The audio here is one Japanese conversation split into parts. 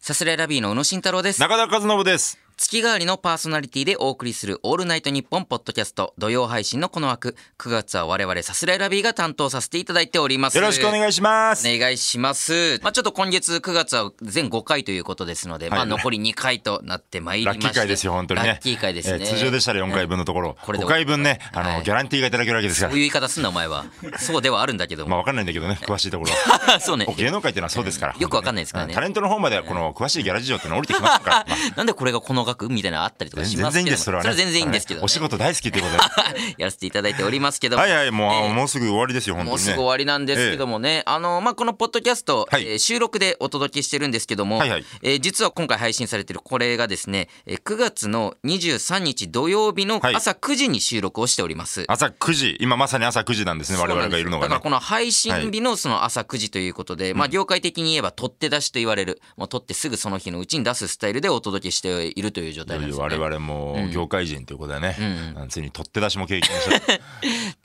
サスレラビーの宇野慎太郎です。中田和信です。月替わりのパーソナリティでお送りするオールナイトニッポンポッドキャスト土曜配信のこの枠、9月は我々サスレラビーが担当させていただいております。よろしくお願いします。お願いします。まあちょっと今月9月は全5回ということですので、まあはい残り2回となってまいりましラッてキー回ですよ、本当にね。ラッキー回ですね。えー通常でしたら4回分のところ、これで5回分ね、あの、はいギャランティーがいただけるわけですかこらういう。言い方すんなお前は。そうではあるんだけどまあ も。わかんないんだけどね、詳しいと ころは。そうねお。芸能界ってのはそうですから。よくわかんないですからねうタレントの方まではこの詳しいギャラ事情ってのは降りてきますか ら。まあなんでこれがこの額みたいなのあったりとかし全ま全す然いけどいでもす、それはね。は全然いいんですけど、ね。お仕事大好きってこ とで。やらせていただいておりますけどもはいはい、もう、あもうすぐ終わりですよ、本当もうにすぐね。終わりなんですけどもね、あのまあ、このポッドキャスト、はいえー収録でお届けしてるんですけども、はいはいえー実は今回配信されてるこれがですね、えー9月の23日土曜日のはい朝9時に収録をしております。朝9時、今まさに朝9時なんですね、我々がいるのがそうなんですだかねら。この配信日のその朝9時ということで、まあ、業界的に言えば取って出しと言われる、もう取ってすぐその日のうちに出すスタイルでお届けしているという状い態よなんいでよすよ我ね。々も業界人ということでね、うんついに取って出しも経験した。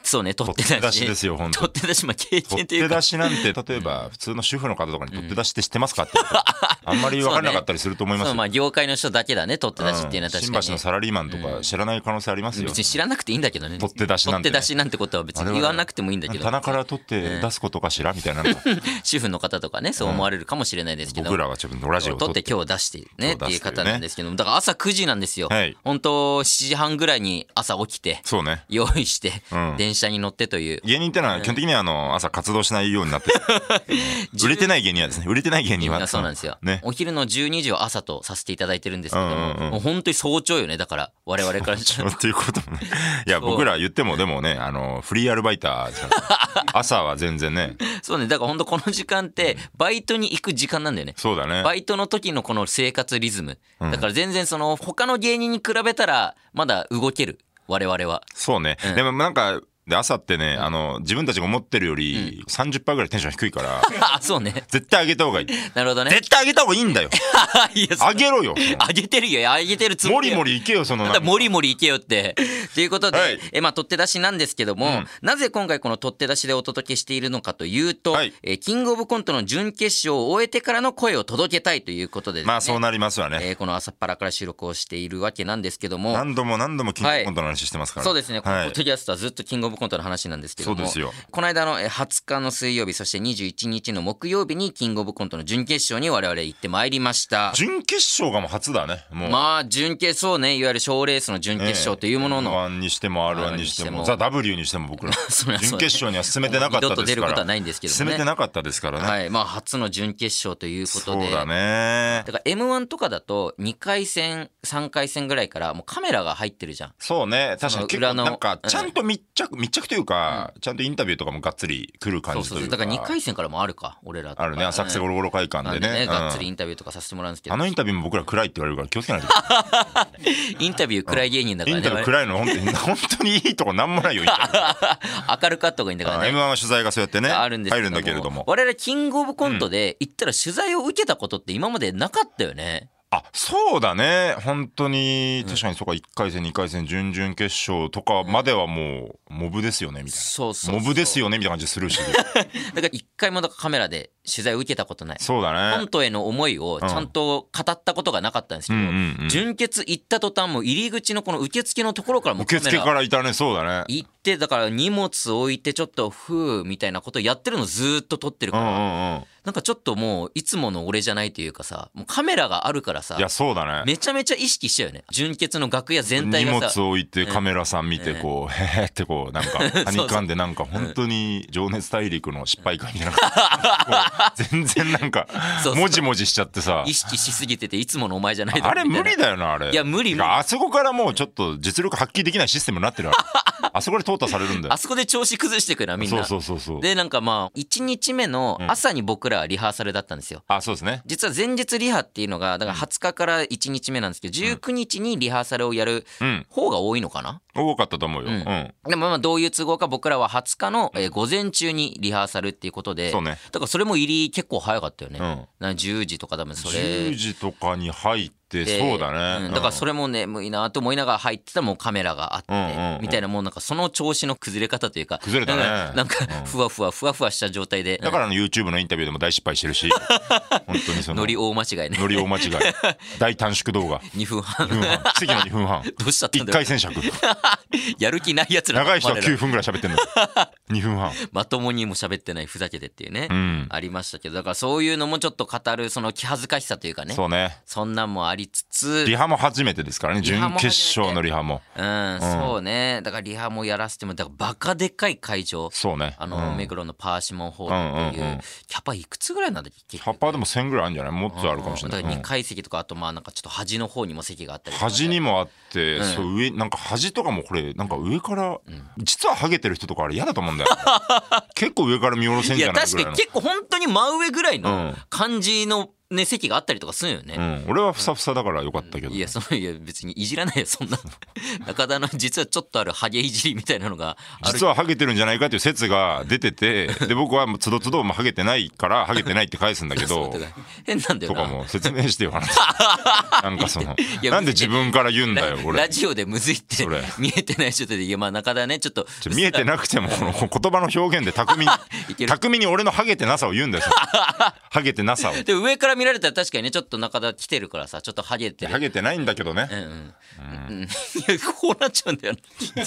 そうね取って出し取って出しですよ本当に取って出しまあ経取験っといてうか出しなんて例えば普通の主婦の方とかに取って出しって知ってますかって言うとあんまり分からなかったりすると思いますそようまあ業界の人だけだね取って出しっていうのは確かに、新橋のサラリーマンとか知らない可能性ありますよ別に知らなくていいんだけどね取って出しなんてね取って出しなんてことは別に言わなくてもいいんだけど棚から取って出すことかしらみたいなのが主婦の方とかねそう思われるかもしれないですけど、僕らがちょっとラジオを取取っってて今日出してねっ今て日いう出してね方なんですけどもだから朝9時なんですよ、はい本当7時半ぐらいに朝起きてそうね用意して、うん電車に乗ってという芸人ってのは基本的にはあの朝活動しないようになって売れてない芸人はですね売れてない芸人はそうなんですよ、ねお昼の12時を朝とさせていただいてるんですけども,、うんうんうんもう本当に早朝よねだから我々からしたらっていうこともねいやそう僕ら言ってもでもねあのフリーアルバイターですから朝は全然ねそうねだから本当この時間ってバイトに行く時間なんだよねそうだね バイトの時のこの生活リズム、うんだから全然その他の芸人に比べたらまだ動ける我々は そうね、んでもなんかで朝ってね、あの自分たちが思ってるより30%ぐらいテンション低いから あそうね絶対上げた方がいいなるほどね絶対上げた方がいいんだよ いやそう上げろよ上げてるよ上げてるつももりりよもりいけよそのなんだもりもりいけよって。 ということで、はいえまあ、取って出しなんですけども、うんなぜ今回この取って出しでお届けしているのかというと、はいえキングオブコントの準決勝を終えてからの声を届けたいということでですねまあそうなりますわね、えーこの朝っぱらから収録をしているわけなんですけども、何度も何度もキングオブコントの話してますから、そうですね、このはポいッドキャストはずっとキングオブコントの話なんですけども、そうですよこの間のえー20日の水曜日、そして21日の木曜日にキングオブコントの準決勝に我々行ってまいりました。準決勝がもう初だねもう、まあ、準決、そうね、いわゆる賞レースの準決勝というものの、 1にしても R1 にしてにもしてもザ W にして も僕らそりゃそうね準決勝には進めて なかっもう二度たですからと出ることはないんですけどね進めてなかったですからね、はい、まあ、初の準決勝ということそうで。だねだから M1 とかだと2回戦3回戦ぐらいからもうカメラが入ってるじゃんそうね確かに結裏構のなんかうんちゃんと密着、密着というか、ちゃんとインタビューとかもがっつり来るそ感うじそとうそいううだかから2回戦からもあるか俺らとかあるね浅草ゴロゴロ会館なんででねねがっつうりんインタビューとかさせてもらうんですけどあのインタビューも僕ら暗いって言われるから気をつけないといけなインタビュー暗い芸人だかいイらンねタビュー暗いの本当に本当にいいとこなん もないよインタビュー明るくあった方がいいんだからね M1 は取材がそうやってねあるんです入るんだけれども我々キングオブコントで言ったら取材を受けたことって今までなかったよね、あそうだね本当に確かにそうか1回戦2回戦準々決勝とかまではもうモブですよねみたいそうそうなそうモブですよねみたいな感じ するしだから一回もだからカメラで取材を受けたことないそうだコねントへの思いをちゃんと語ったことがなかったんですけど、うんうんうん純潔行った途端もう入り口のこの受付のところからもうカ受メ付かラらいたねそうだね行ってだから荷物置いてちょっとふうみたいなことやってるのずーっと撮ってるうかんうら、んうんなんかちょっともういつもの俺じゃないというかさもうカメラがあるからさいやそうだねめちゃめちゃ意識したよね純潔の楽屋全体荷が物さ置いてカメラさん見てこう、へへってこうなん かはにかんでなんか本当に「情熱大陸」の失敗会みたいなこ う全然なんかそうそうもじもじしちゃってさ意識しすぎてていつものお前じゃないだろあれみたい無な理だよなあれいや無理てかあそこからもうちょっと実力発揮できないシステムになって るあれあそこで淘汰されるんだよあそこで調子崩してくなみんそうなそうそうそうでなんかまあ1日目の朝に僕らはリハーサルだったんですよ、あそうですね実は前日リハっていうのがだから20日から1日目なんですけど19日にリハーサルをやるうん方が多いのかな、多かったと思うよ。うん。でもまあどういう都合か僕らは20日の、えー午前中にリハーサルっていうことでそうねだからそれも入り結構早かったよね、うんな10時とか多分それ10時とかに入って、でそうだね。んだからそれ、れも眠いなと思いながら入ってたらもうカメラがあって、うんうんうんみたいなもうなんかその調子の崩れ方というか崩れたねなんかなんかうんふわふわふわふわした状態でだからあの YouTube のインタビューでも大失敗してるし、本当にその、ノリ大間違いねノリ大間 違い。大短縮動画。 2分半2分半。奇跡の2 分半。どうしちゃった1んだよ回戦尺。やる気ないやつら長い人は我ら9分ぐらい喋ってん のよ。2分半。まともにも喋ってないふざけてっていうね、うん。ありましたけどだからそういうのもちょっと語るその気恥ずかしさというかねそうね。そんなんもありつつリハも初めてですからね。リ準ハも初めて決勝のリハも。うん、そうねだからリハもやらせてもだからバカでっかい会場そうね。あの、うん目黒のパーシモンホールっていう、うんうんうんキャパいくつぐらいなんだっけキャパでも1000ぐらいあるんじゃないもっとあるかもしれない。だからう2ん階席とかあとまあなんかちょっと端の方にも席があったりとか端にもあって、んそう上なんか端とかもこれなんか上から、実はハゲてる人とかあれ嫌だと思うんだよ 結構上から見下ろせんいじゃやないぐ確らいかのに結構本当に真上ぐらいうのん感じのね席があったりとかするよね、うん、俺はふさふさだからよかったけど、いやそのいや別にいじらないよそん な中田の実はちょっとあるハゲいじりみたいなのがある実はハゲてるんじゃないかという説が出ててで僕はもうつどつどまあハゲてないからハゲてないって返すんだけどそうだから変なんだよとなかも説明してよ 話なんかそのいやなんで自分から言うんだよラ俺ラジオでむずいってそれ 見えてない状態でいやまあ中田ねちょっとちょ見えてなくてもこの言葉の表 現で巧みにける巧みに俺のハゲてなさを言うんだよそれハゲて なさをで上から見られたら確かにねちょっと中田来てるからさちょっとハゲてるハゲてないんだけどねうんうんうんいや こうなっちゃうんだよな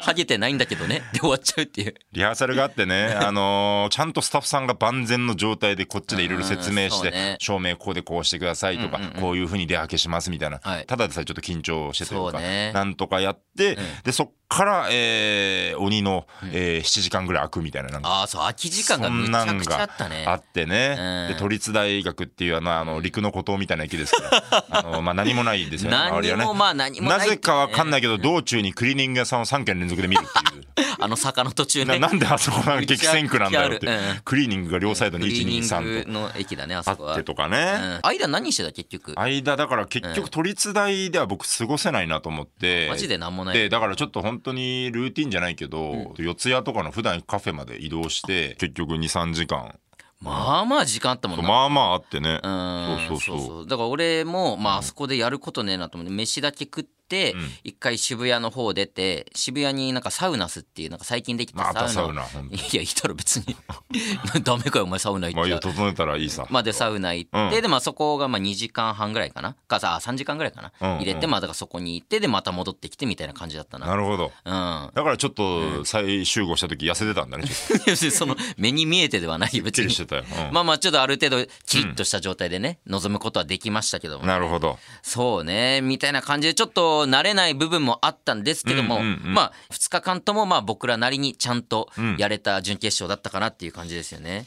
ハゲてないんだけどねで終わっちゃうっていうリハーサルがあっ てね、あのーちゃんとスタッフさんが万全の状態でこっちでいろいろ説明しうんそうねて、照明こうでこうしてくださいとか、こういうふうに出はけしますみたいなはい、ただでさえちょっと緊張してというそうかね、なんとかやって、で、そっから、えー鬼の、えー7時間ぐらい空くみたいな、なんか。ああそう空き時間がそむんちなゃんくちゃあがったねあってね、うんで都立大学っていうあのあの陸の孤島みたいな駅ですから、 あのまあ、何もないですよね周り何はねもまあ何もないなぜかわかんいないけど道中にクリーニング屋さんを3軒連続で見るっていう。あの坂の途中 なねなんであそこが激戦区なん だよって、うちあるうんクリーニングが両サイドクにリーニン123グの駅だねあとそこあっはてとかうね、ん間何してた結局間だから結局都立大では僕過ごせないなと思って、マジで何もないでだからちょっと本当にルーティンじゃないけど、四谷とかの普段行くカフェまで移動して結局23時間まあまあ時間あったもんなまあまああってね、うんそうそうそうだから俺もまああそこでやることねえなと思って飯だけ食ってん一回渋谷の方出て渋谷になんかサウナスっていうなんか最近できたサまウナたサウナほん といやいたら別に ダメかよお前サウナ行まあっいちゃや整えたらいいさ、まあ、でサウナ行って、うんでまあそこがまあ2時間半ぐらいかなかさあ3時間ぐらいかな、うんうん入れてまあだからそこに行ってでまた戻ってきてみたいな感じだったななるほどうん だからちょっと再集合した時痩せてたんだねちょいっとや別にその目に見えてではないよびっく別りにしてたよ、うんまあまあちょっとある程度キリッとした状態でね、臨むことはできましたけどもなるほどそうねみたいな感じでちょっと慣れない部分もあったんですけども、うんうんうんまあ2日間ともまあ僕らなりにちゃんとやれた準決勝だったかなっていう感じですよね。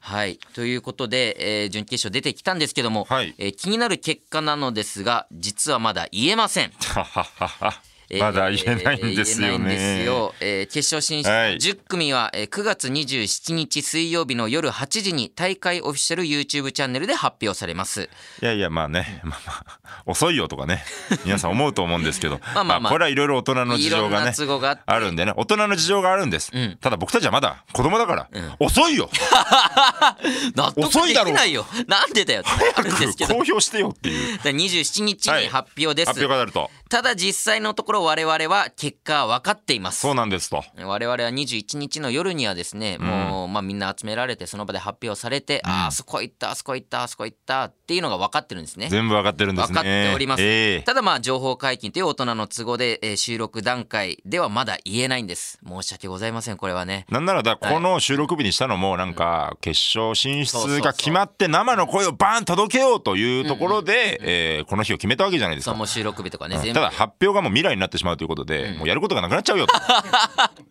はいということで、えー準決勝出てきたんですけども、はいえー気になる結果なのですが実はまだ言えません。ははははえー まだ言えないんですよ言えないんですね。よえー決勝進出はい10組はえー9月27日水曜日の夜8時に大会オフィシャル YouTube チャンネルで発表されます。いやいやまあね、 まあまあ遅いよとかね、皆さん思うと思うんですけど、 まあまあこれはいろいろ大人の事情いろんがなね都合があってあるんでね、大人の事情があるんです。ただ僕たちはまだ子供だから、遅いよ。納得遅でいだきろないよなんでだよってあるんですけ早く公ど表してよっていうだ27日に発表です、発表があると、ただ実際のところ我々は結果は分かっていますそうなんですと。我々は21日の夜にはですね、もう、まあ、みんな集められてその場で発表されて、ああそこ行ったあそこ行ったあそこ行ったっていうのが分かってるんですね全部わかってるんです分ね。かっております、ええただまあ情報解禁という大人の都合で、えー収録段階ではまだ言えないんです申し訳ございませんこれはねなんならだこの収録日にしたのもなんか決勝進出が決まって生の声をバーン届けようというところで、えーこの日を決めたわけじゃないですそかう。もう収録日とかね、全た部だ発表がもう未来になってしまうということで、もうやることがなくなっちゃ うよと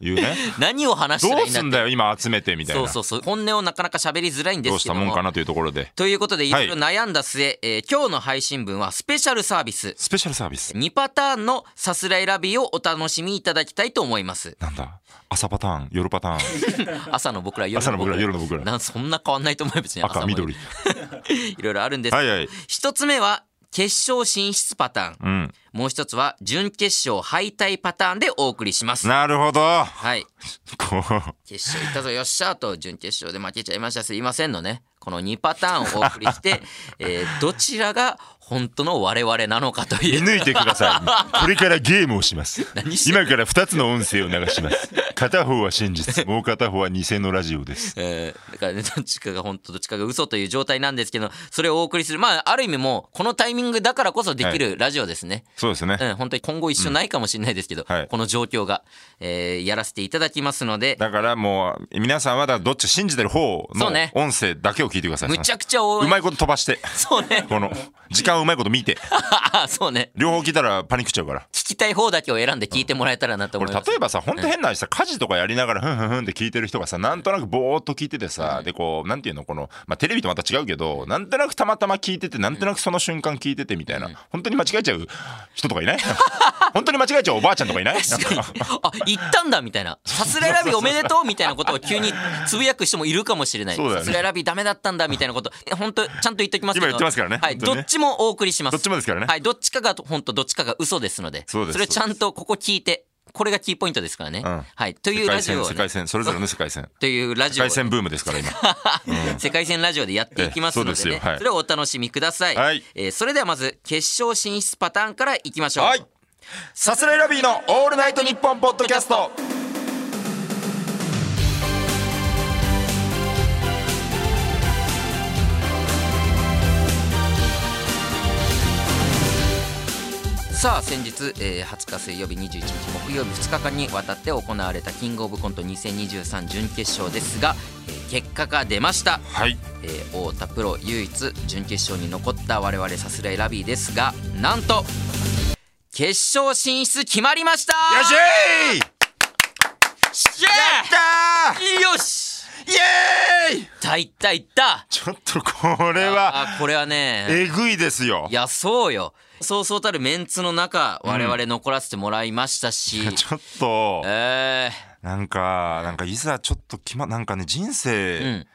いうね何を話しどたらいういんだすっんてだよ今集めてみたいそうなそうそう本音をなかなか喋りづらいんでどうすしけたどももんかなというところでということでいろいろ悩んだ末、えー今日の配信分はスペシャルサービススペシャルサービス2パターンのさすらいラビーをお楽しみいただきたいと思い ますなんだ朝パターン夜パターン朝の僕ら夜朝の僕ら夜の僕らなんそんな変わんないと思うよ別に赤朝も緑いろいろあるんです、はいはい一つ目は決勝進出パターン、うん。もう一つは準決勝敗退パターンでお送りします。なるほど。はい、こう。決勝行ったぞよっしゃーと準決勝で負けちゃいましたすいませんのねこの2パターンをお送りして、 えーどちらが本当の我々なのかとい見う抜いてください。これからゲームをします。今から2つの音声を流します。片方は真実、もう片方は偽のラジオです。えーだからね、どっちかが本当どっちかが嘘という状態なんですけどそれをお送りするまあある意味もうこのタイミングだからこそできるラジオですね、そうですね。うん、本当に今後一緒ないかもしれないですけど、はいこの状況が、えーやらせていただきますのでだからもう、皆さんはだからどっち信じてる方そのうね音声だけを聞いてください。むちゃくちゃ応う援まいこと飛ばして。そうねこの、時間をうまいこと見て。あそうね両方聞いたらパニックっちゃうから。聞きたい方だけを選んで聞いてもらえたらなと思俺います、例えばさ本当変な話さ家事とかやりながらふんふんふんって聞いてる人がさなんとなくぼーっと聞いててさでこうなんていうのこのまあテレビとまた違うけどなんとなくたまたま聞いててなんとなくその瞬間聞いててみたいな本当に間違えちゃう人とかい ない本当に間違えちゃうおばあちゃんとかいない確かにあ行ったんだみたいな「さすらいラビおめでとう」みたいなことを急につぶやく人もいるかもしれない「そうだよさねすらいラビダメだったんだ」みたいなことえ本当ちゃんと言ってきますけど今言ってますからねはい、本当にどねっちもお送りしますどっちもですからねはい、どっちかが本当どっちかが嘘ですのでそうですれちゃんとここ聞いてこれがキーポイントですからね、うんはい、とい世うラ界ジオを線ね、世界線それぞれの世界線というラジ世オを界線ブームですから今世界戦ラジオでやっていきますので,、ねええそうですよはいれをお楽しみください、はいえーそれではまず決勝進出パターンからいきましょう、はいさすらいラビーのオールナイトニッポンポッドキャストさあ先日、えー20日水曜日21日木曜日2日間にわたって行われたキングオブコント2023準決勝ですが、えー結果が出ました、はいえー太田プロ唯一準決勝に残った我々さすらいラビーですがなんと決勝進出決まりましたよっしゃいやしったゃーよしーイエーイいったいったいったちょっとこれはあーこれはねえぐいですよいやそうよそうそうたるメンツの中我々残らせてもらいましたし、ちょっとえなんかなんかいざちょっと決まなんかね人ー、う生ん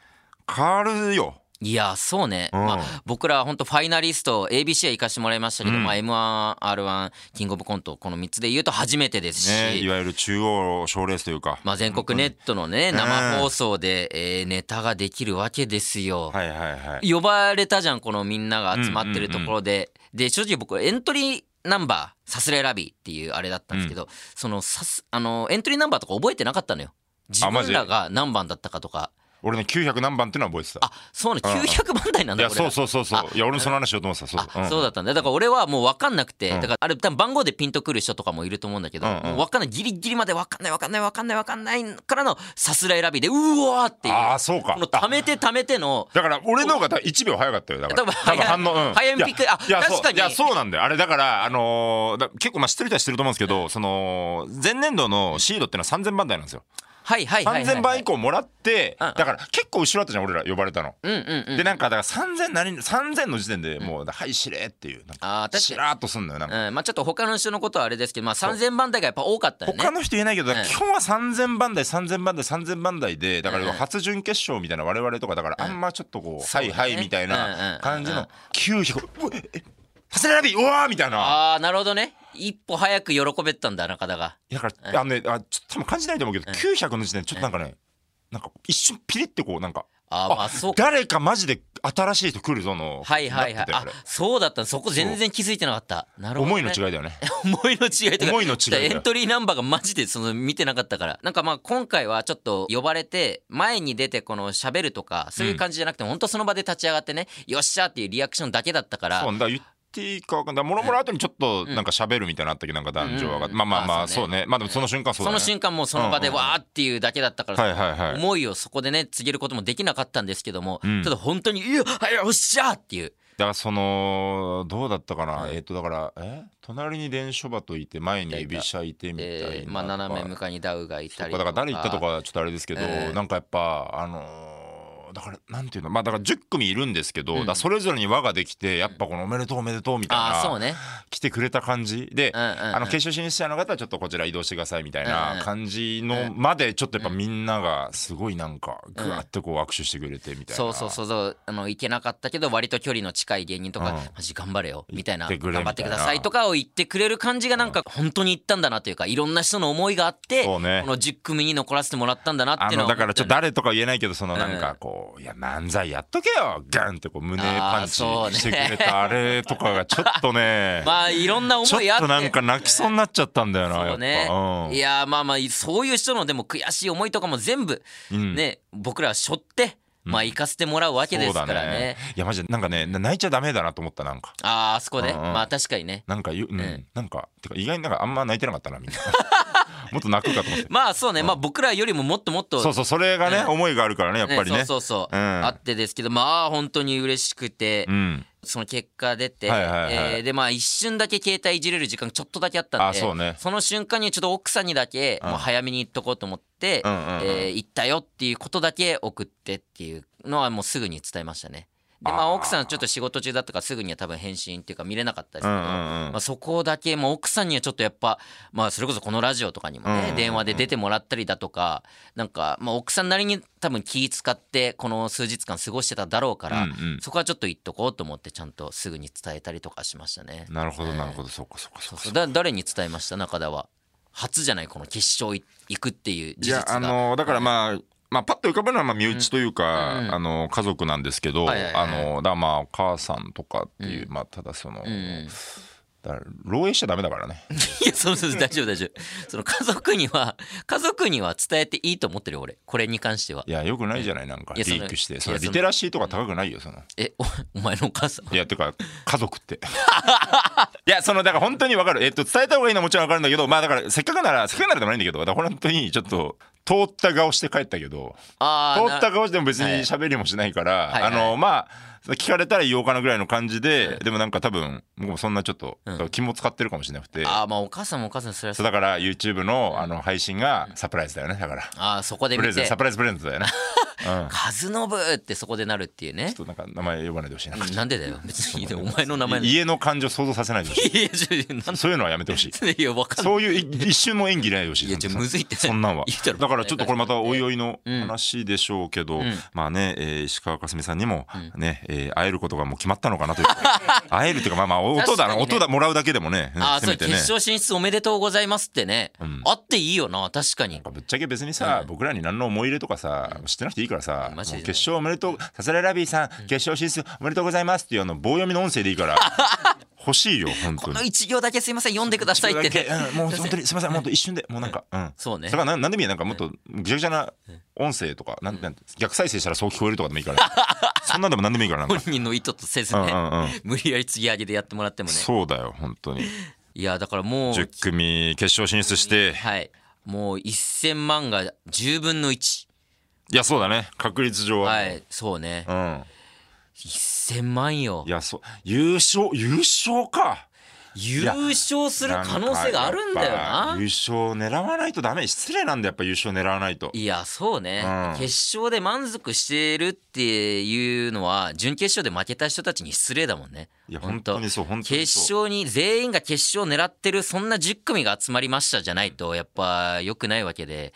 変わるよ、いやそうね、うんまあ、僕らは本当ファイナリスト ABC は行かしてもらいましたけど、まあ、m 1 r 1キングオブコントこの3つで言うと初めてですし、ね、いわゆる中央賞レースというか、まあ、全国ネットのね生放送で、えーネタができるわけですよ。はいはいはい呼ばれたじゃんこのみんなが集まってるところで、で正直僕エントリーナンバーさすらいラビーっていうあれだったんですけど、そのさすあのエントリーナンバーとか覚えてなかったのよ自あマジ分らが何番だったかとか俺ね900何番っていうのは覚えてたあそうね900番台なんいだやこれそうそうそうそうあいや俺もその話しようと思ってたそう,、あんそうだったんだだから俺はもう分かんなくて、うんだからあれ多分番号でピンとくる人とかもいると思うんだけど、うんうんもう分かんないギリギリまで分かんない分かんない分かんない分かんないからのさすらいラビーでうわーっていうあーそうかこの溜めて溜めてのだから俺の方が1秒早かったよだから多分早い反応、うん、早めピックいやあいや確かにそういやそうなんだよあれだからあのーだ結構まあ知ってる人は知ってると思うんですけどその前年度のシードっていうのは3000番台なんですよはいはいはいはい、はい、 3000番以降もらってうんうだんから結構後ろだったじゃん俺ら呼ばれたのうんうんうんでなんかだから3000何3000の時点でもう「はいしれ」っていうなんあー確かにしらーっとすんのよなんかうんまあ、ちょっと他の人のことはあれですけど、まあ、3000番台がやっぱ多かったよね他。の人言えないけどだからうん基本は3000番台3000番台3000番台でだかうんうらん初準決勝みたいな我々とかだからあんまちょっとこう「そうはだいねはい」みたいうんうんうんな感じの900「うええ長谷ラビーうわー!」みたいなああ、なるほどね。一歩早く喜べたんだ、中田が。だからあのねあちょっと多分感じないと思うけど900の時点でちょっとなんかねなんか一瞬ピリってこうなんかああ、まあ、そうか。誰かマジで新しい人来るぞのはいはいなはいって。たよああれ、そうだった。そこ全然気づいてなかった。なるほど、思ね。いの違いだよね思いの違いとか思いの違いだエントリーナンバーがマジでその見てなかったからなんかまあ今回はちょっと呼ばれて前に出てこの喋るとかそういう感じじゃなくて本当その場で立ち上がってねよっしゃーっていうリアクションだけだったからそうだから言っていいか分かんないもろもろ後にちょっとなんか喋るみたいなのあったけどなんか男女が、うんまあまあまああそそううねねまあでもその瞬間そそうだ、ね、の瞬間もうその場でうんうんわーっていうだけだったからはいはいはい思いをそこでね告げることもできなかったんですけども、うんちょっと本当に「いやはいよっしゃ!」っていうだからそのどうだったかな、えっ、とだからえ隣に電書鳩いて前にエビシャいてみたいな、えーまあ、斜めやっ向かいにダウがいたぱそりっかだから誰行ったとかはちょっとあれですけど、えーなんかやっぱあのーだからなんていうのまあだから10組いるんですけど、うんだからそれぞれに輪ができてやっぱこの「おめでとうおめでとう」みたいああな、そうね来てくれた感じで、うんうんうんあの決勝進出者の方はちょっとこちら移動してくださいみたういんうなん感じのまでちょっとやっぱみんながすごいなんかぐわってこう握手してくれてみたいな。そうそうそうそうあの行けなかったけど割と距離の近い芸人とか、うんマジ頑張れよみたいな行ってくれ頑張ってくださみたいいなとかを言ってくれる感じがなんか本当に行ったんだなというかいろんな人の思いがあってそうねこの10組に残らせてもらったんだなっあていうののはだからちょっと誰とか言えないけどそのなんうんかこう「いや漫才やっとけよ!」ガンってこう胸パンチあーしてくれたあれとかがちょっと ねまあいろんな思ちょいあっってとなんか泣きそうになっちゃったんだよなやそっうねぱ。うんいやまあまあそういう人のでも悔しい思いとかも全部、うんね僕らは背負って、まあ行かせてもらうわけですからね。いやマジでなんかねな泣いちゃダメだなと思ったなんかあーあそこで、うんうんまあ確かにね。なんかゆ、うんえなんかてか意外になんかあんま泣いてなかっ たなみんなもっと泣くかと思ってまあそうね、まあ僕らよりももっともっとそうそうそれがね、うん思いがあるからねやっぱりねそうそうそう、うんあってですけどまあ本当に嬉しくて、うんその結果出て、はいはいはいえーでまあ一瞬だけ携帯いじれる時間ちょっとだけあったんであそうねの瞬間にちょっと奥さんにだけ、うんもう早めに行っとこうと思って、うんうんうんえー行ったよっていうことだけ送ってっていうのはもうすぐに伝えましたねでまああー奥さんちょっと仕事中だったからすぐには多分返信っていうか見れなかったですけうんど、うんうんまあ、そこだけ、まあ、奥さんにはちょっとやっぱ、まあ、それこそこのラジオとかにもうんうんねうん電話で出てもらったりだとかなんか、まあ、奥さんなりに多分気使ってこの数日間過ごしてただろうから、うんうんそこはちょっと言っとこうと思ってちゃんとすぐに伝えたりとかしましたね。なるほどなるほど、そっかそっかそそうっかそうだ誰に伝えました中田は初じゃないこの決勝い行くっていうい事実やが。あのだからまあまあ、パッと浮かぶのはまあ身内というか、うんうんあの家族なんですけど、はいはいはいあのだからまあお母さんとかっていう、まあただその、うんだから漏洩しちゃダメだからね いや、そう 。そうそう、大丈夫、大丈夫。その家族には、家族には伝えていいと思ってるよ、俺。これに関してはいやよくないじゃないなんかいやリそのークしいてやそれそのリテラシーとか高くないよそのえ、おお前のお母さん。いやてか家 族っていやそのだから本当に分かるえっと伝えた方がいいのはもちろん分かるんだけどまあだからせっかくならせっかくならでもないんだけどだから本当にちょっと通った顔して帰ったけどああ。通ったな顔しても別に喋りもしないから、はいはいあのまあ聞かれたら言おうかなぐらいの感じで、でもなんか多分僕もそんなちょっと、うん気も使ってるかもしれなくてああ、まあお母さんもお母さん、それはそうだから YouTube のあの配信がサプライズだよねだからああ、そこでプレ見ゼンてサ、プライズプレゼントだ よね、うん、ちカズノブってそこでなるっていうね。ょっとなんか名前呼ばないでほしいななんでだよ。別にいい よ、お前の名前の。い家の感情想像させな いでほしや、ちょ、なんいそういうのはやめてほしいで、いや、わかんない。そういうい一瞬も演技ないでほしいいや、ちょ、むずいって。 そんなんは。いいだろだからちょっとこれまたおいおいのうん話でしょうけど、んまあね、えー石川佳純さんにもうね、えー会えることがもう決まったのか なという会えるというかまあまあ音確かだな、にね音だもらうだけでもねああ、せそう、めて決ね勝進出おめでとうございますってねん。あっていいよな、確かに。ぶっちゃけ別にさ、僕らに何の思い入れとかさ知ってなくていいからさ「もマうジで決勝おめでとうさすらいラビーさん決勝進出おめでとうございます」っていうあの棒読みの音声でいいから欲しいよ本当こにの。一行だけすいません、読んでくださいって一ね部。だけうんもう本当にすみません、本当一瞬で、もうなんか、うん。そうねだから、なんでもいいや、なんかもっとぐちゃぐちゃな音声とか、なん、なんて、逆再生したらそう聞こえるとかでもいいから。 そんなんでもなんでもいいから、なん本か。人の意図とせずうんうね。んうん。無理やり継ぎ上げでやってもらってもね。そうだよ、本当に。いや、だからもう。十組決勝進出して、はい。もう1000万が10分の1。いや、そうだね、確率上は。はうい、そうね。ん。 1000万よい。や、そう、優勝、優勝か。優勝する可能性があるんだよやっなぱ優。勝狙わないとダメ、失礼なんだ、やっぱ優勝狙わないと。いや、そうね、うん決勝で満足してるっていうのは、準決勝で負けた人たちに失礼だもんね。いや、本当にそう、本当に決そう。勝に全員が決勝を狙ってるそんな10組が集まりましたじゃないとやっぱ良くないわけで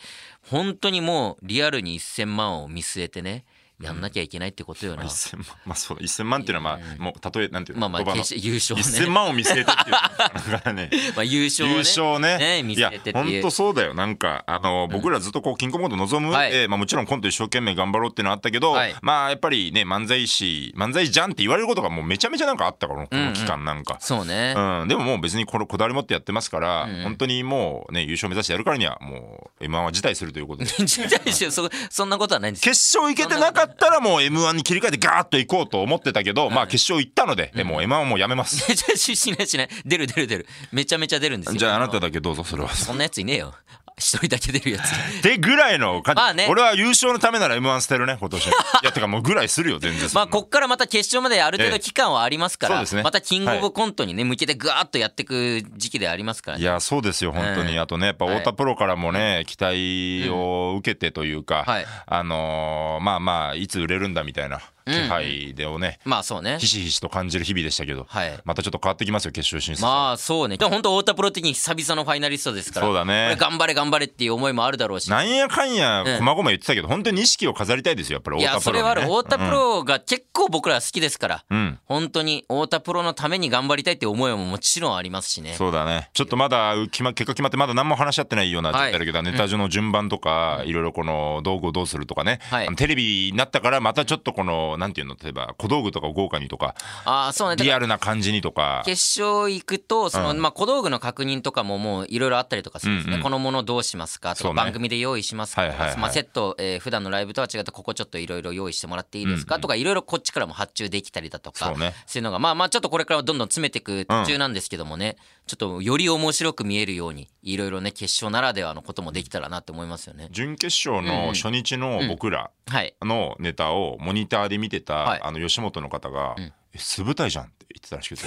本当にもうリアルに1000万を見据えてねやんなきゃいけないってことよな、 1000万まあそう1000万っていうのはまあもう例えなんていうのまあまあ言葉の決勝優勝1000ね、万を見据えてっていう だからねまあ、優勝をね優勝ねね見いや据えてって本いう当そうだよなんかあの僕らずっとこうキングコント望む、はいえーまあ、もちろんコント一生懸命頑張ろうっていうのはあったけど、はいまあやっぱりね漫才師漫才じゃんって言われることがもうめちゃめちゃなんかあったからこの期間なんか、うんそうね、でももう別にこれこだわり持ってやってますから、うん本当にもうね優勝目指してやるからにはもう m 1は辞退するとい うことで時代史そそんなことはないんですよ決勝行けてなかったらもう m 1に切り替えてガーッと行こうと思ってたけど、まあ決勝行ったので、えもう m 1はもうやめます しないしない出る出る出るめちゃめちゃ出るんですよじゃああなただけどうぞそれは。そんなやついねえよ 一人だけ出るやつでぐらいの感じ、まあね俺は優勝のためなら m 1捨てるね 今年いやてかもうぐらいするよ全然まあこっからまた決勝まである程え度え期間はありますから、そうですねまたキングオブコントにね向けてぐわーっとやっていく時期でありますからいねやそうですよ本当に、ええあとねやっぱはい太田プロからもね、期待を受けてというか、はいあのーまあまあいつ売れるんだみたいな気配でをね、まあそうねひしひしと感じる日々でしたけど、はいまたちょっと変わってきますよ決勝進出、まあそうねでも本当太田プロ的に久々のファイナリストですからそうだねこれ頑張れ頑張れっていう思いもあるだろうしなんやかんやええこまごま言ってたけど、本当に意識を飾りたいですよやっぱりいや太田そプれロに、はね、ある太田プロが結構僕ら好きですから、うん、うん本当に太田プロのために頑張りたいって思いももちろんありますしねそうだねちょっとまだ決ま結果決まってまだ何も話し合ってないような状態だけど、ネタ上の順番とか、いろいろこの道具をどうするとかね、はいあのテレビになったからまたちょっとこのなんていうの例えば小道具とかを豪華にとかああそうねだかリらアルな感じにとか決勝行くとその、うんまあ、小道具の確認とかももういろいろあったりとかするんですね、うんうんこのものどうしますかとそか、うね番組で用意しますかとか、はいはいはいまあ、セット、えー普段のライブとは違ってここちょっといろいろ用意してもらっていいですか、とかいろいろこっちからも発注できたりだとかそうねそういうのがまあまあちょっとこれからはどんどん詰めていく途中なんですけどもね、ちょっとより面白く見えるようにいろいろね決勝ならではのこともできたらなって思いますよね。準決勝の初日の僕らはいのネタをモニターで見てた、はいあの吉本の方が、んえ素舞台じゃんって言ってたら しくて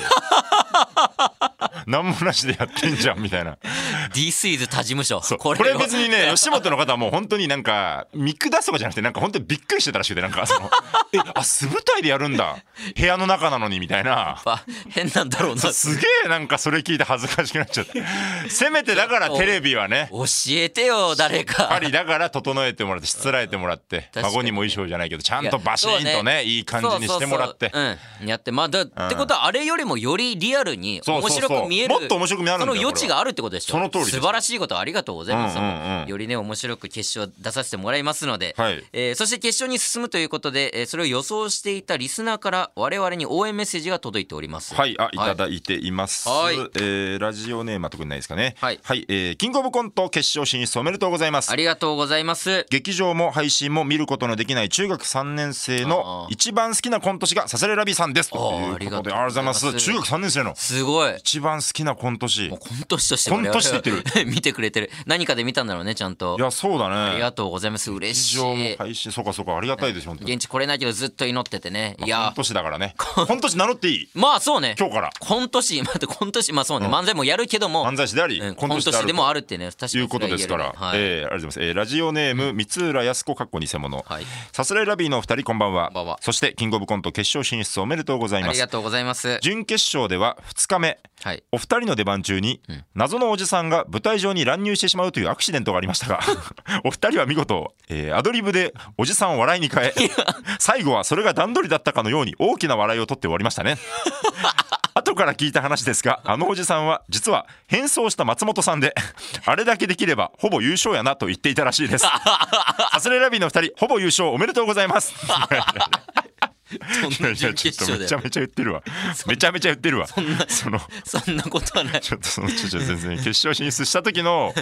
何もなしでやってんじゃんみたいな This is 他事務所そうここれれを別にね 吉本の方はもう本当になんか見下すとかじゃなくてなんか本当にびっくりしてたらしくてなんか そのえあ素舞台でやるんだ部屋の中なのにみたいな。やっぱ変なんだろうなそうすげえなんかそれ聞いて恥ずかしくなっち ゃってせめてだからテレビはね教えてよ誰パかリだから整えてもらってしつらえてもらってかに孫にも衣装じゃないけどちゃんとバシーンとねいい感じにしてもらってそうそうそううんやってまあだってことはあれよりもよりリアルにそう面そうそう白く見えるもっと面白く見えるんだそよの余地があるってことでしょその通りです素晴らしいことありがとうございます、うんうんうんよりね面白く決勝出させてもらいますので、はいえーそして決勝に進むということで、えーそれを予想していたリスナーから我々に応援メッセージが届いておりますはい、あ、いただいています。はいえーラジオネームは特にないですかね。はいえーキングオブコント決勝進出おめでとうございますあ。りがとうございます劇場も配信も見ることのできない中学3年生のあー一番好きなコント師がササレラビさんですとあーいうことでありがとうあごりがとうござざいいまますす中学3年生のすごい一番好きなコント師いもうコント師としてコント師って言ってる 見てくれてる何かで見たんだろうねちゃんとやそうだねありがとうございます嬉し劇場もい配信そうかそうかありがたいです本当に現地来れないけどずっと祈っててねいコやント師だからねコント師名乗ってい いまあそうね今日からコント師 またコント師まあそうね漫才もやるけども漫才師でありうんココントン師トである師でもあるってね確かにということですかそら、れは言えるねえーありがとうございます、えーラジオネーム三浦康子かっこ偽物、はいはいさすらいラビーのお二人こんばんはこんばんはそしてキングオブコント決勝進出おめでとうございあまりすがとうございます準決勝では2日目 はいお二人の出番中に、謎のおじさんが舞台上に乱入してしまうというアクシデントがありましたが お二人は見事、えーアドリブでおじさんを笑いに変え最後はそれが段取りだったかのように大きな笑いを取って終わりましたね 後から聞いた話ですがあのおじさんは実は変装した松本さんであれだけできればほぼ優勝やなと言っていたらしい ですハスレラビーの二人ほぼ優勝おめでとうござい ますいやいやちょっとめちゃめちゃ言ってる わめちゃめちゃ言ってるわそのそんなことはないちょっとそのちょちょ全然決勝進出した時 の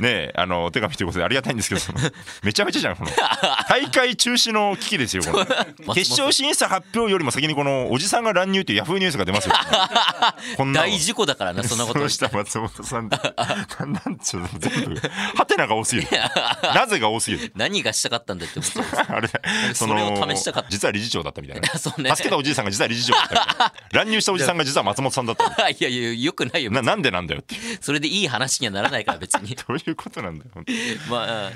ねえあのお手紙ということでありがたいんですけどそのめちゃめちゃじゃんこの大会中止の危機ですよこの 決勝進出発表よりも先にこのおじさんが乱入というヤフーニュースが出ますよ こんなの大事故だからなそんなことそうした松本 さんってなんなんちょっと全部ハテナが多すぎるなぜが多すぎる 何がしたかったんだって思ってあれそそれのを試したかった実は理事長だったみたいなそう ね助けたおじいさんが実は理事長だったみた いな乱入したおじさんが実は松本さんだったみたいいやいやよくないよなななんでなんだよっていうそれでいい話にはならないから別 にどういうことなんだよ本当にまあ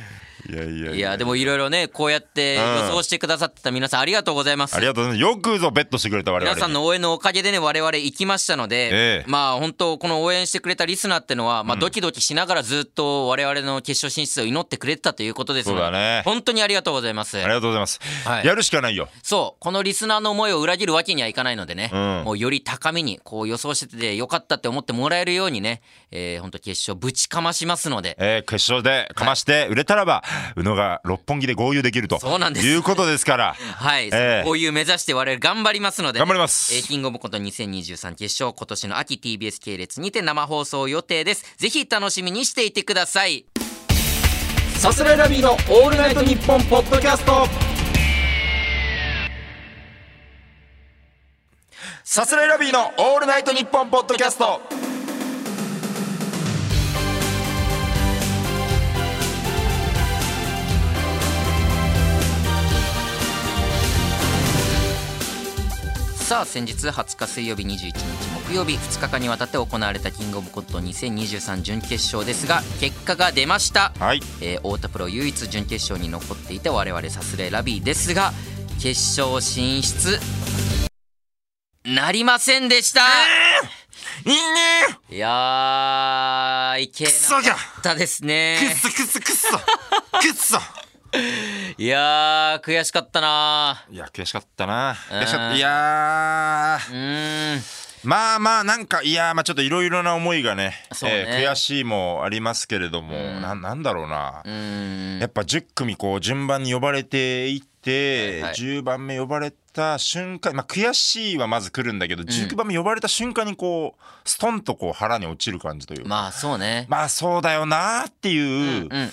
いやいやいやでもいろいろねこうやって予想してくださってた皆さんありがとうございますありがとうございます。よくぞベットしてくれた我々に。皆さんの応援のおかげでね我々行きましたので、ええまあ本当この応援してくれたリスナーってのは、まあ、ドキドキしながらずっと我々の決勝進出を祈ってくれてたということですのでそうだね本当にありがとうございますありがとうございます。はいやるしかないよ。そうこのリスナーの思いを裏切るわけにはいかないのでね、うんもうより高みにこう予想しててよかったって思ってもらえるようにね、えー、本当決勝ぶちかましますのでえー決勝でかまして売れたらば、宇野が六本木で合流できるとそうなんですいうことですから。はい、ええこういう目指して我々頑張りますので、頑張りますえーキングオブコント2023決勝今年の秋 TBS 系列にて生放送予定ですぜひ楽しみにしていてくださいさすらいラビーのオールナイトニッポンポッドキャストさすらいラビーのオールナイトニッポンポッドキャスト。さあ先日20日水曜日21日木曜日2日間にわたって行われたキングオブコント2023準決勝ですが結果が出ました、はいえー太田プロ唯一準決勝に残っていた我々さすれラビーですが決勝進出なりませんでした、いいねいやーいけなそじゃかったですねくっそくっそくっそくっそいやー悔しかったないや悔しかったなうん悔しかったいやうーんーまあまあなんかいやーまあちょっといろいろな思いがねそうねえー悔しいもありますけれどもななんだろうなうーんやっぱ10組こう順番に呼ばれていって、はいはい10番目呼ばれた瞬間、まあ、悔しいはまず来るんだけど、19番目呼ばれた瞬間にこうストンとこう腹に落ちる感じというか。ままあそうねあそうだよなーっていう、うんうん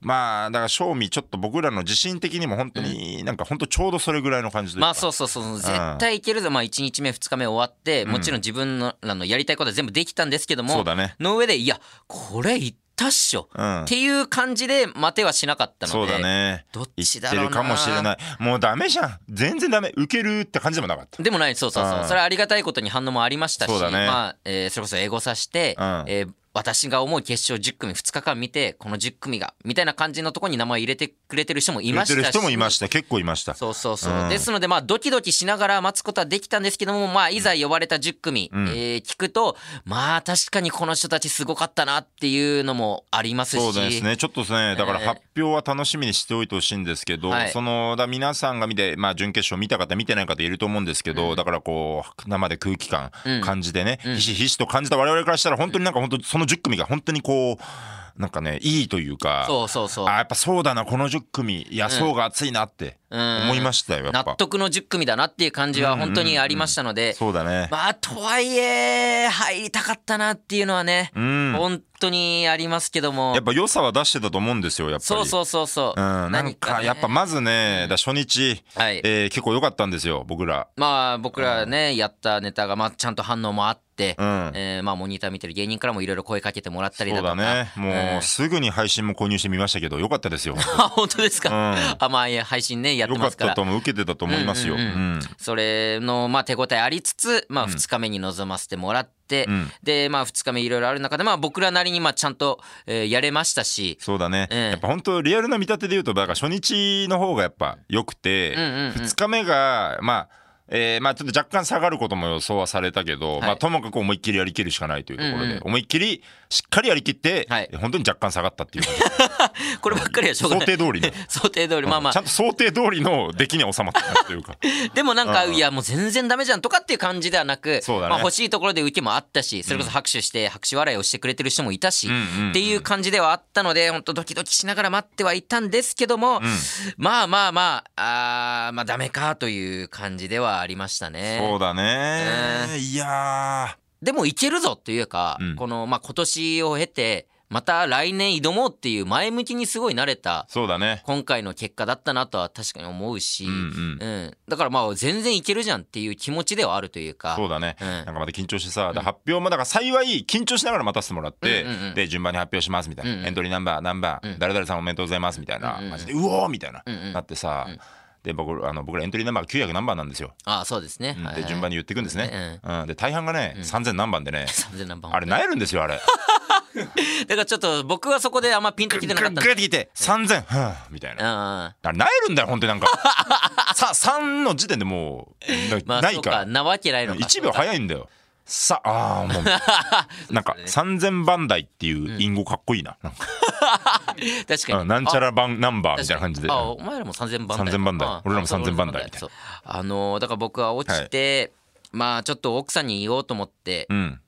まあだから正味ちょっと僕らの自信的にも本当になんか本当ちょうどそれぐらいの感じというか、まあそうそうそう絶対いけるぞ、まあ、1日目2日目終わってもちろん自分のらのやりたいことは全部できたんですけどもそうだねの上でいやこれいったっしょ、うんっていう感じで待てはしなかったのそうでだねどっ言ちっだてろうるなかもしれないもうダメじゃん全然ダメ受けるって感じでもなかったでもないそうそうそう、うんそれはありがたいことに反応もありましたし、そうだねまあえーそれこそ英語さして、うんえー私が思う決勝10組2日間見てこの10組がみたいな感じのところに名前入れてくれてる人もい言まっしたてしる人もいました結構いましたそうそうそう、うんですのでまあドキドキしながら待つことはできたんですけどもまあいざ呼ばれた10組、んえー聞くとまあ確かにこの人たちすごかったなっていうのもありますしそうですねちょっとですねだからええ発表は楽しみにしておいてほしいんですけど、はいそのだ皆さんが見て、まあ、準決勝見た方見てない方いると思うんですけど、だからこう生で空気感うん感じてね、うんひしひしと感じた我々からしたら本当になんか本当その10組が本当にこうなんかねいいというかそうそうそうあやっぱそうだなこの10組いや、そうが熱いなってうん思いましたよやっぱ納得の10組だなっていう感じは本当にありましたので、そうだね、まあとはいえ入りたかったなっていうのはね、うん本当にありますけどもやっぱ良さは出してたと思うんですよやっぱりそうそうそうそう、うん、なん何かねやっぱまずね、だ初日、はいえー結構良かったんですよ僕ら。まあ僕らね、やったネタがまあちゃんと反応もあって、うんえーまあモニター見てる芸人からもいろいろ声かけてもらったりだそうとかだねもんうすぐに配信も購入してみましたけどよかったですよ あ本当ですか、うんあまあいや配信ねやってよかまっすかたらと思う受けてたと思いますよううんんうんうそれのまあ手応えありつつ、まあ、2日目に臨ませてもらって、うんでまあ2日目いろいろある中で、まあ、僕らなりにまあちゃんと、えーやれましたしそうだねええやっぱ本当リアルな見立てで言うとだから初日の方がやっぱ良くてうんうんうん2日目がまあえーまあちょっと若干下がることも予想はされたけど、いまあ、ともかく思いっきりやりきるしかないというところで、うんうん思いっきりしっかりやりきって、はい本当に若干下がったっていう感 じこればっかりはしょうが想ない定 通りの、想定通りまあまちゃあんと想定通りの出来には収まったなと いうかでもなんかうんいやもう全然ダメじゃんとかっていう感じではなくそうだねまあ、欲しいところで受けもあったしそれこそ拍手して拍手笑いをしてくれてる人もいたし、うんうんうんっていう感じではあったので本当ドキドキしながら待ってはいたんですけども、まあまあまああーまあダメかという感じではありましたね。そうだね、いやでもいけるぞというか、うんこの、まあ、今年を経てまた来年挑もうっていう前向きにすごい慣れたーそうだね今回の結果だったなとは確かに思うし、うんうんだからまあ全然いけるじゃんっていう気持ちではあるというかそうだね、うんなんかまた緊張してさ、だから発表もだから幸い緊張しながら待たせてもらって、うんうんうんで順番に発表しますみたいな、うんうんエントリーナンバー何番、うん誰々さんおめでとうございますみたいなうんうん感じでうおーみたいな、うんうんなってさ、で僕あの僕らエントリーナンバーが900何番なんですよ、ああそうですね、うんはいはいで順番に言っていくんですね、うんで大半がね、ん3000何番でね3000何番あれなえるんですよあれだからちょっと僕はそこであんまピンときてなかったん でグッてきて3000はぁみたいなうんあれなえるんだよ本当 になんかさ3の時点でもうな,、まあなそういかからなわけないのか1秒早いんだよさああーもう なんか3000番台っていう隠語かっこいいななんか確かうにんなんちゃらら番ナンバーみたいな感じであお前らも3000番台3000番台ああ俺らもそう3000番台みたいなそうあのーだから僕は落ちて、まあちょっと奥さんに言おうと思って、うん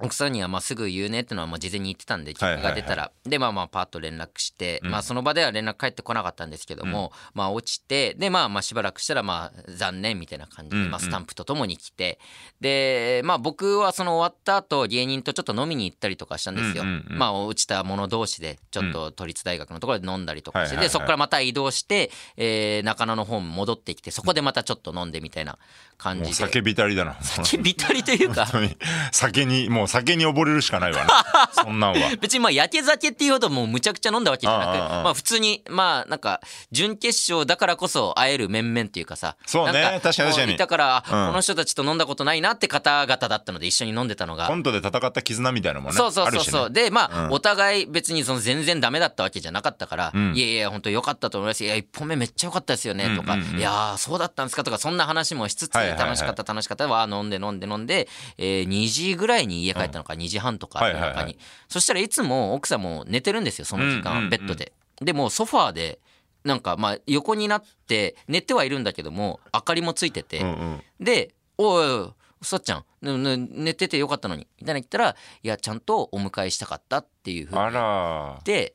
奥さんにはまあすぐ言うねってのはまあ事前に言ってたんで結果が出たら、はいはでまあまあパッと連絡して、まあその場では連絡返ってこなかったんですけども、まあ落ちてでまあまあしばらくしたらまあ残念みたいな感じうんでうんまあスタンプとともに来て、でまあ僕はその終わった後芸人とちょっと飲みに行ったりとかしたんですよ、うんうんうんまあ落ちた者同士でちょっと都立大学のところで飲んだりとかして、はいはいはいでそこからまた移動して、えー中野の方に戻ってきてそこでまたちょっと飲んでみたいな感 もうじで。叫びたりだな叫びたりというか本当に酒にもう酒に溺れるしかな いわなそんなんは別にまあやけ酒っていうほどもうむちゃくちゃ飲んだわけじゃなくああああまあ普通にまあなんか準決勝だからこそ会える面々っていうかさそうねなん確かに確かにだから、あうんこの人たちと飲んだことないなって方々だったので一緒に飲んでたのがコントで戦った絆みたいなのもねそうそうあるそうしそう、ねでまあ、うんお互い別にその全然ダメだったわけじゃなかったから「うんいやいや本当良かったと思いますいや1本目めっちゃ良かったですよね」とか「うんうんうんいやーそうだったんですか」とかそんな話もしつつ、はいはいはい楽しかった楽しかったわー飲んで飲んで飲んで、えー2時ぐらいに家帰ったのか、2時半とかは夜いはい中はいに、そしたらいつも奥さんも寝てるんですよその時間うんうんうんベッドで。でもうソファーでなんかまあ横になって寝てはいるんだけども明かりもついてて、うんうんで「おいおいおいさっちゃんねね寝ててよかったのに」みたいなの言ったら「いやちゃんとお迎えしたかった」っていうふうにあ言っらて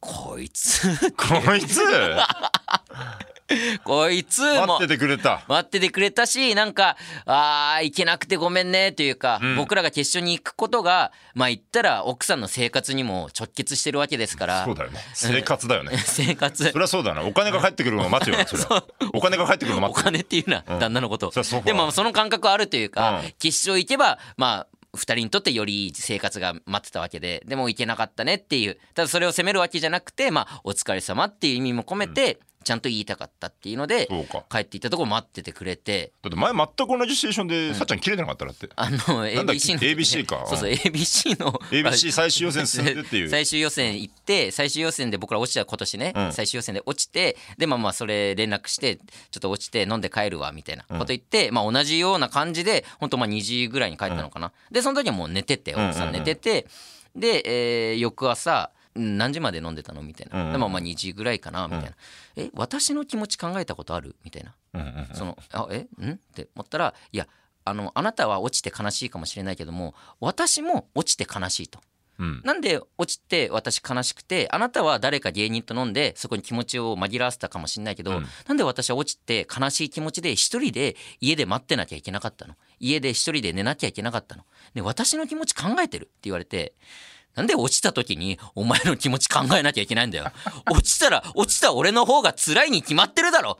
こいつ こいつこいつ待もっててくれた待っててくれたしなんかあー行けなくてごめんねというか、うん僕らが決勝に行くことがまあ言ったら奥さんの生活にも直結してるわけですからそうだよね生活だよね 生活それはそうだなお金が返ってくるの を待つよそれはお金が返ってくるのをお待つよ金っていうな、うん旦那のことそりゃそうだでもその感覚はあるというか、うん決勝行けばまあ2人にとってよりいい生活が待ってたわけででも行けなかったねっていうただそれを責めるわけじゃなくてまあお疲れ様っていう意味も込めて、ちゃんと言いたかったっていうのでそうか帰っていったとこ待っててくれてだって前全く同じシチュエーションでさっちゃん切れてなかったらってあのなんだっけ ABC の ABC かそうそううん ABC の ABC 最終予 選進んでってい う最終予選行って最終予選で僕ら落ちた今年ね、うん最終予選で落ちてでまあまあそれ連絡してちょっと落ちて飲んで帰るわみたいなこと言って、まあ同じような感じで本当まあ2時ぐらいに帰ったのかな、でその時はもう寝ててんうんうん奥さん寝てて、で、えー翌朝うん何時まで飲んでたのみたいな、うんうんでまあまあ2時ぐらいかなみたいな、え私の気持ち考えたことあるみたいなうんうんうんその「あえん?」って思ったら「いやあのあなたは落ちて悲しいかもしれないけども私も落ちて悲しい」と。うんなんで落ちて私悲しくてあなたは誰か芸人と飲んでそこに気持ちを紛らわせたかもしれないけど、うんなんで私は落ちて悲しい気持ちで一人で家で待ってなきゃいけなかったの家で一人で寝なきゃいけなかったの、ね、私の気持ち考えてるって言われてなんで落ちた時にお前の気持ち考えなきゃいけないんだよ 落ちたら落ちた俺の方が辛いに決まってるだろ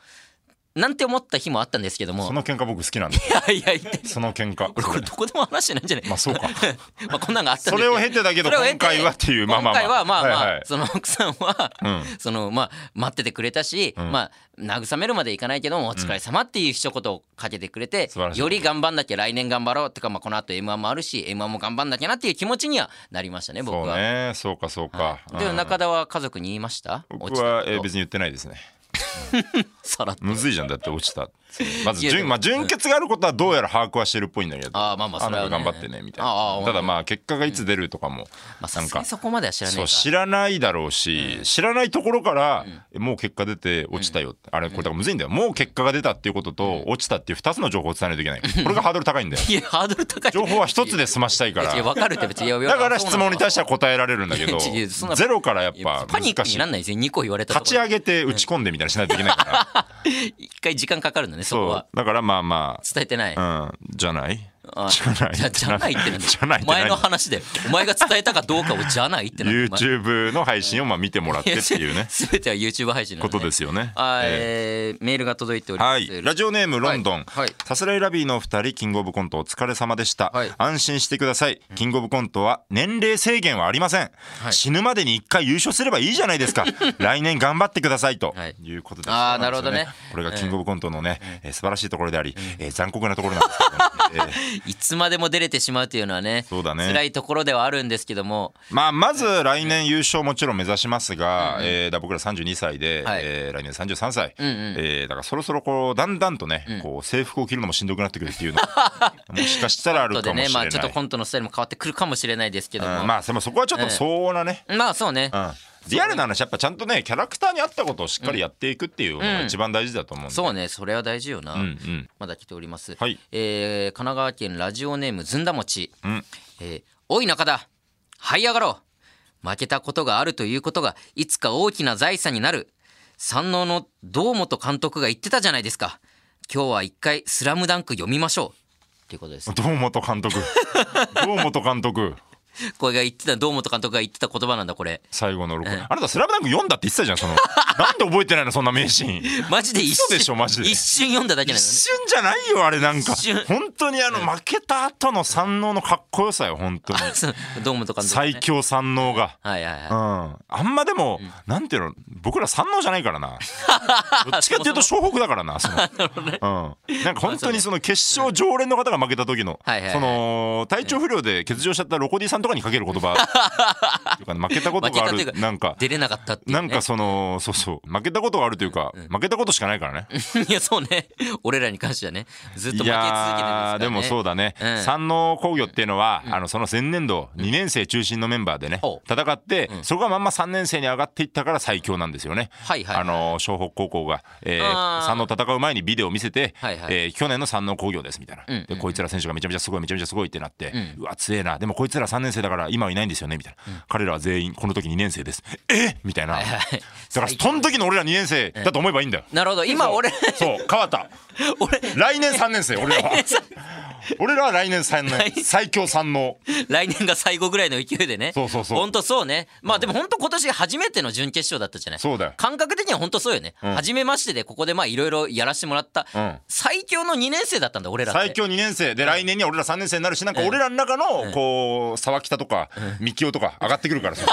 なんて思った日もあったんですけどもその喧嘩僕好きなんでいやいやいやその喧 嘩これどこでも話してないんじゃないまあそうか まあこんなんがあったんそですけれどを経てだけどそれを経て今回はっていうまあま今あま回はまああまあ、はいはいその奥さんは、うんそのまあ待っててくれたし、んまあ慰めるまでいかないけどもお疲れ様っていう一言をかけてくれて素晴らしいより頑張んなきゃ来年頑張ろうとかまあこの後 M1 もあるし M1 も頑張んなきゃなっていう気持ちにはなりましたね僕そうは。ねそうかそうかでうん中田は家族に言いました僕はえ別ー別に言ってないですねさらっとむずいじゃんだって落ちたまずいやで準,、もまあ、準決があることはどうやら把握はしてるっぽいんだけどあーまあまあそれはねの頑張ってねみたいなあーあーただまあ結果がいつ出るとかも、まあさなんすがかにそこまでは知らないそかう知らないだろうし、知らないところから、もう結果出て落ちたよって、あれこれだからむずいんだよもう結果が出たっていうことと、落ちたっていう2つの情報を伝えないといけないこれがハードル高い んだよいやハードル高い情報は1つで済ましたいかいやら分かるって別にいやいやだから質問に対ししては答えられるんだけどいやそんなゼロからやっぱパニック難しにいなんないですよ2個言われたとこ立ちろ上げて打ち込んでみたいなしないといけないから一回時間かかるんだねそこ そはうだからまあまあ伝えて ないうん、じゃないあじゃな いじゃじ ゃないってなんだよじゃないってお前の何話でお前が伝えたかどうかをじゃないってなんだよお前 YouTube の配信をまあ見てもらってっ ていうね全ては YouTube 配信なこんだとねですよね。あーええーメールが届いておりーまはすい、ラジオネームロンドはン、いはいさすらいラビーのお二人キングオブコントお疲れ様でした、はい安心してくださいキングオブコントは年齢制限はありません、い死ぬまでに一回優勝すればいいじゃないで すか来年頑張ってくださいと、はいい、うことですあーそなうですよるほどねこれがキングオブコントのね、えー素晴らしいところであり、えー残酷なところなんですけど、えーいつまでも出れてしまうというのはねそうだね辛いところではあるんですけどもまあ、まず来年優勝もちろん目指しますが、えーだ僕ら32歳で、はいえー来年33歳、んうんえーだからそろそろこうだんだんとね、こう制服を着るのもしんどくなってくるっていうの もしかしたらある後かでもしねれまない。あちょっとコントのスタイルも変わってくるかもしれないですけどうもんまあでもそこはちょっと相応なね、まあそうねうんリアルな話やっぱちゃんとねキャラクターに合ったことをしっかりやっていくっていうのが一番大事だと思うんで、そうねそれは大事よなうんうんまだ来ておりますはいえー神奈川県ラジオネームずんだもちうんえーおい中田這い上がろう負けたことがあるということがいつか大きな財産になる山王の堂本監督が言ってたじゃないですか今日は一回「 スラムダンク読みましょうっていうことです堂本監督堂本監督これが言ってた堂本監督が言ってた言葉なんだこれ最後の6、ええあなた「スラムダンク読んだって言ってたじゃんそのなんで覚えてないのそんな名シーンマジで一嘘瞬でしょマジで一瞬読んだだけな一のね瞬じゃないよあれなんか一瞬本当にあの負けた後の三能のかっこよさよ本当に そう堂本監督ね最強三能が。はいはいはいうん、あんまでも、なんていうの僕ら三能じゃないか らなどっちかっていうと湘北だからなそのうん、なんか本当にその決勝常連の方が負けた時の、はいはいはいその体調不良で欠場しちゃったロコディさんとかにかける 言葉っていうか負けたことがあ負けたといるうかなんか出れなかったっていう、ね、なんかそのそうそう負けたことがあるというか、負けたことしかないからね いやそうね俺らに関してはねずっと負け続けていますから、やーね、でもそうだね、うん山王工業っていうのは、あのその前年度2年生中心のメンバーでね、ほう戦って、そこがまんま3年生に上がっていったから最強なんですよね。はいはいはいあの湘北高校が、えあー、ー山王戦う前にビデオを見せて、はいはいえー去年の山王工業ですみたいな、んうんでこいつら選手がめちゃめちゃすごいめちゃめちゃすごいってなって、ううわ強えなでもこいつら3年生だから今はいないんですよねみたいな、彼らは全員この時2年生ですえみたいな、はいだからその時の俺ら2年生だと思えばいいんだよ。なるほど今俺 そう川田俺来年3年生 俺らは俺らは来年3年最強三能来年が最後ぐらいの勢いでねそうそうそう本当そうねまあでも本当今年初めての準決勝だったじゃないそうだよ感覚的には本当そうよね、ん初めましてでここでまあいろいろやらせてもらった、うん最強の2年生だったんだ俺らって最強2年生で来年には俺ら3年生になるしなんか俺らの中のこう沢北とか三木とか上がってくるからさ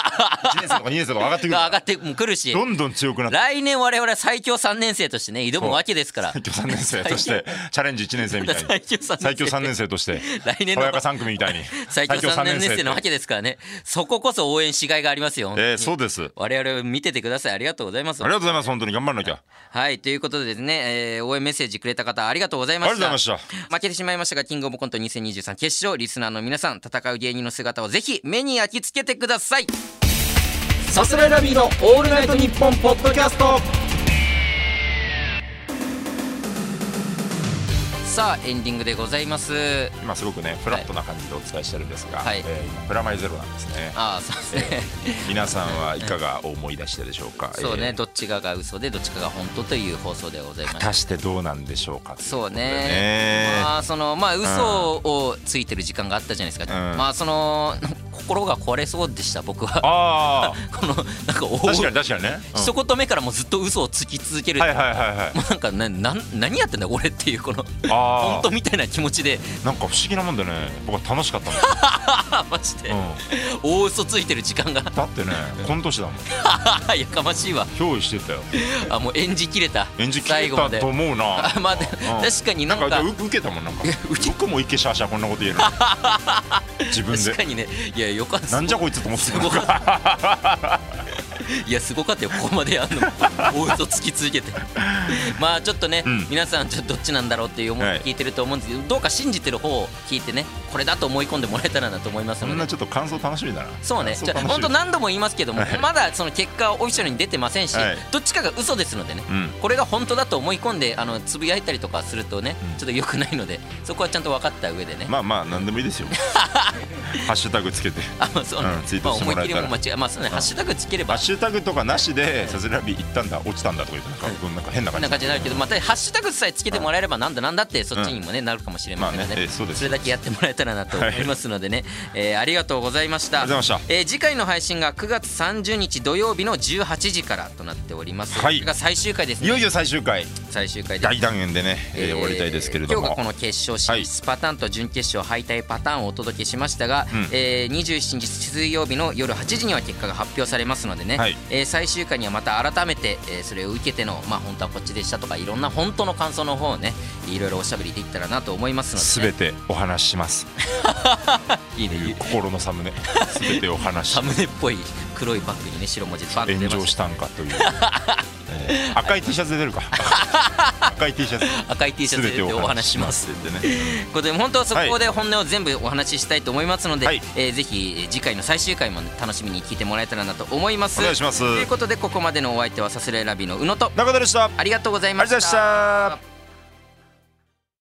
1年生とか2年生とか上がってくるが上がかってもくるしらどんどん強くなって来年我々は最強3年生としてね挑むわけですから最強3年生としてチャレンジ1年生みたいに最強3年生最強3年生として来年爽のやか3組みたいに最強3年生のわってけですからねそここそ応援しがいがありますよ、えーそうですあり我々を見ててくださいありがとうございますがとうございます本当に頑張んなきゃはいということでですね、えー応援メッセージくれた方ありがとうございましたありがとうございま負けてしまいましたがキングオブコント2023決勝リスナーの皆さん戦う芸人の姿をぜひ目に焼き付けてくださいさすらいラビーのオールナイトニッポンポッドキャストさあエンディングでございます今すごくねフラットな感じでお伝えしてるんですが、はいえー今プラマイゼロなんですねああそうですね、 皆さんはいかがお思い出したでしょうかそうえねーどっちかが嘘でどっちかが本当という放送でございま果したしてどうなんでしょうかといそこうとねでねまあそのまあ嘘をついてる時間があったじゃないですか、うんまあその 心が壊れそうでした僕はあ このなんかおあ確かに確かにね、うん一言目からもうずっと嘘をつき続ける、はいはいはいはいもうなんかななん何やってんだ俺っていうこのあ 本当あみたいな気持ちで なんか不思議なもんでね僕は楽しかったんだよ、あマジで、う大嘘ついてる時間が ん、だってねこの年だもんやかましいわ憑依してたよあもう演じきれた演じき最れ後またでと思う なあまあでうん確かにななんんかかう受けたもんなんか僕もいけしゃあしゃあこんなこ と言える自分確かでにねいやよかったなんじゃこいつと思ってたすごか いやすごかったよここまでやんの大嘘つき続けてまあちょっとね、うん皆さんちょっとどっちなんだろうっていう思いはいで聞いてると思うんですけど、どうか信じてる方を聞いてねこれだと思い込んでもらえたらなと思いますそのんでなちょっと感想楽しみだなそうね、じゃあ感想本楽しみ当何度も言いますけども、まだその結果はオフィシャルに出てませんし、はいどっちかが嘘ですのでね、うんこれが本当だと思い込んであのつぶやいたりとかするとね、ちょっと良くないのでそこはちゃんと分かった上でね、まあまあ何でもい いですよ。ハッシュタグつけて。あまあそうねうんツイーまあト思してもいらえ切りたらも間違いまあそうね、ハッシュタグつけれハばッシュタグとかなしで、さすらび行ったんだ、落ちたんだとか言って、なんかなんか変なこ感んな感じ。じになるけど、またハッシュタグさえつけてもらえればなんだなんだってそっちにもね、なるかもしれませんのまあねえーそうですそれだけやってもらえたらなと思いますのでね、えーありがとうございましたありがとうございまえー次回の配信が9月30日土曜日の18時からとなっております、はいこれが最終回ですいねよいよ最終回、最終回です大団円でね、えー終わりたいですけれどえー今も日がこ。の決勝進出パターンと準決勝敗退パターンをお届けしましたが、うんえー27日水曜日の夜8時には結果が発表されますのでね、はいえー最終回にはまた改めて、えーそれを受けての、まあ、本当はこっちでしたとかいろんな本当の感想の方をねいろいろおしゃべりできたらなと思いますすので、べね、てお話しします。 いいねいう心のサムネ。すべてお話し サ。ムネっぽい黒いバッグにね白文字でバンと出炎ま上ししたたんかという。えー赤い T シャツで出る か。赤い T シャツ。赤い T シャツでお話しします。って言ってね。これで本当はそこで本音を全部お話ししたいと思いますので、はいえーぜひ次回の最終回も楽しみに聞いてもらえたらなと思いますお願いしますということでここまでのお相手はさすらいラビの宇野と中田でした。ありありがとうございまがとうございました。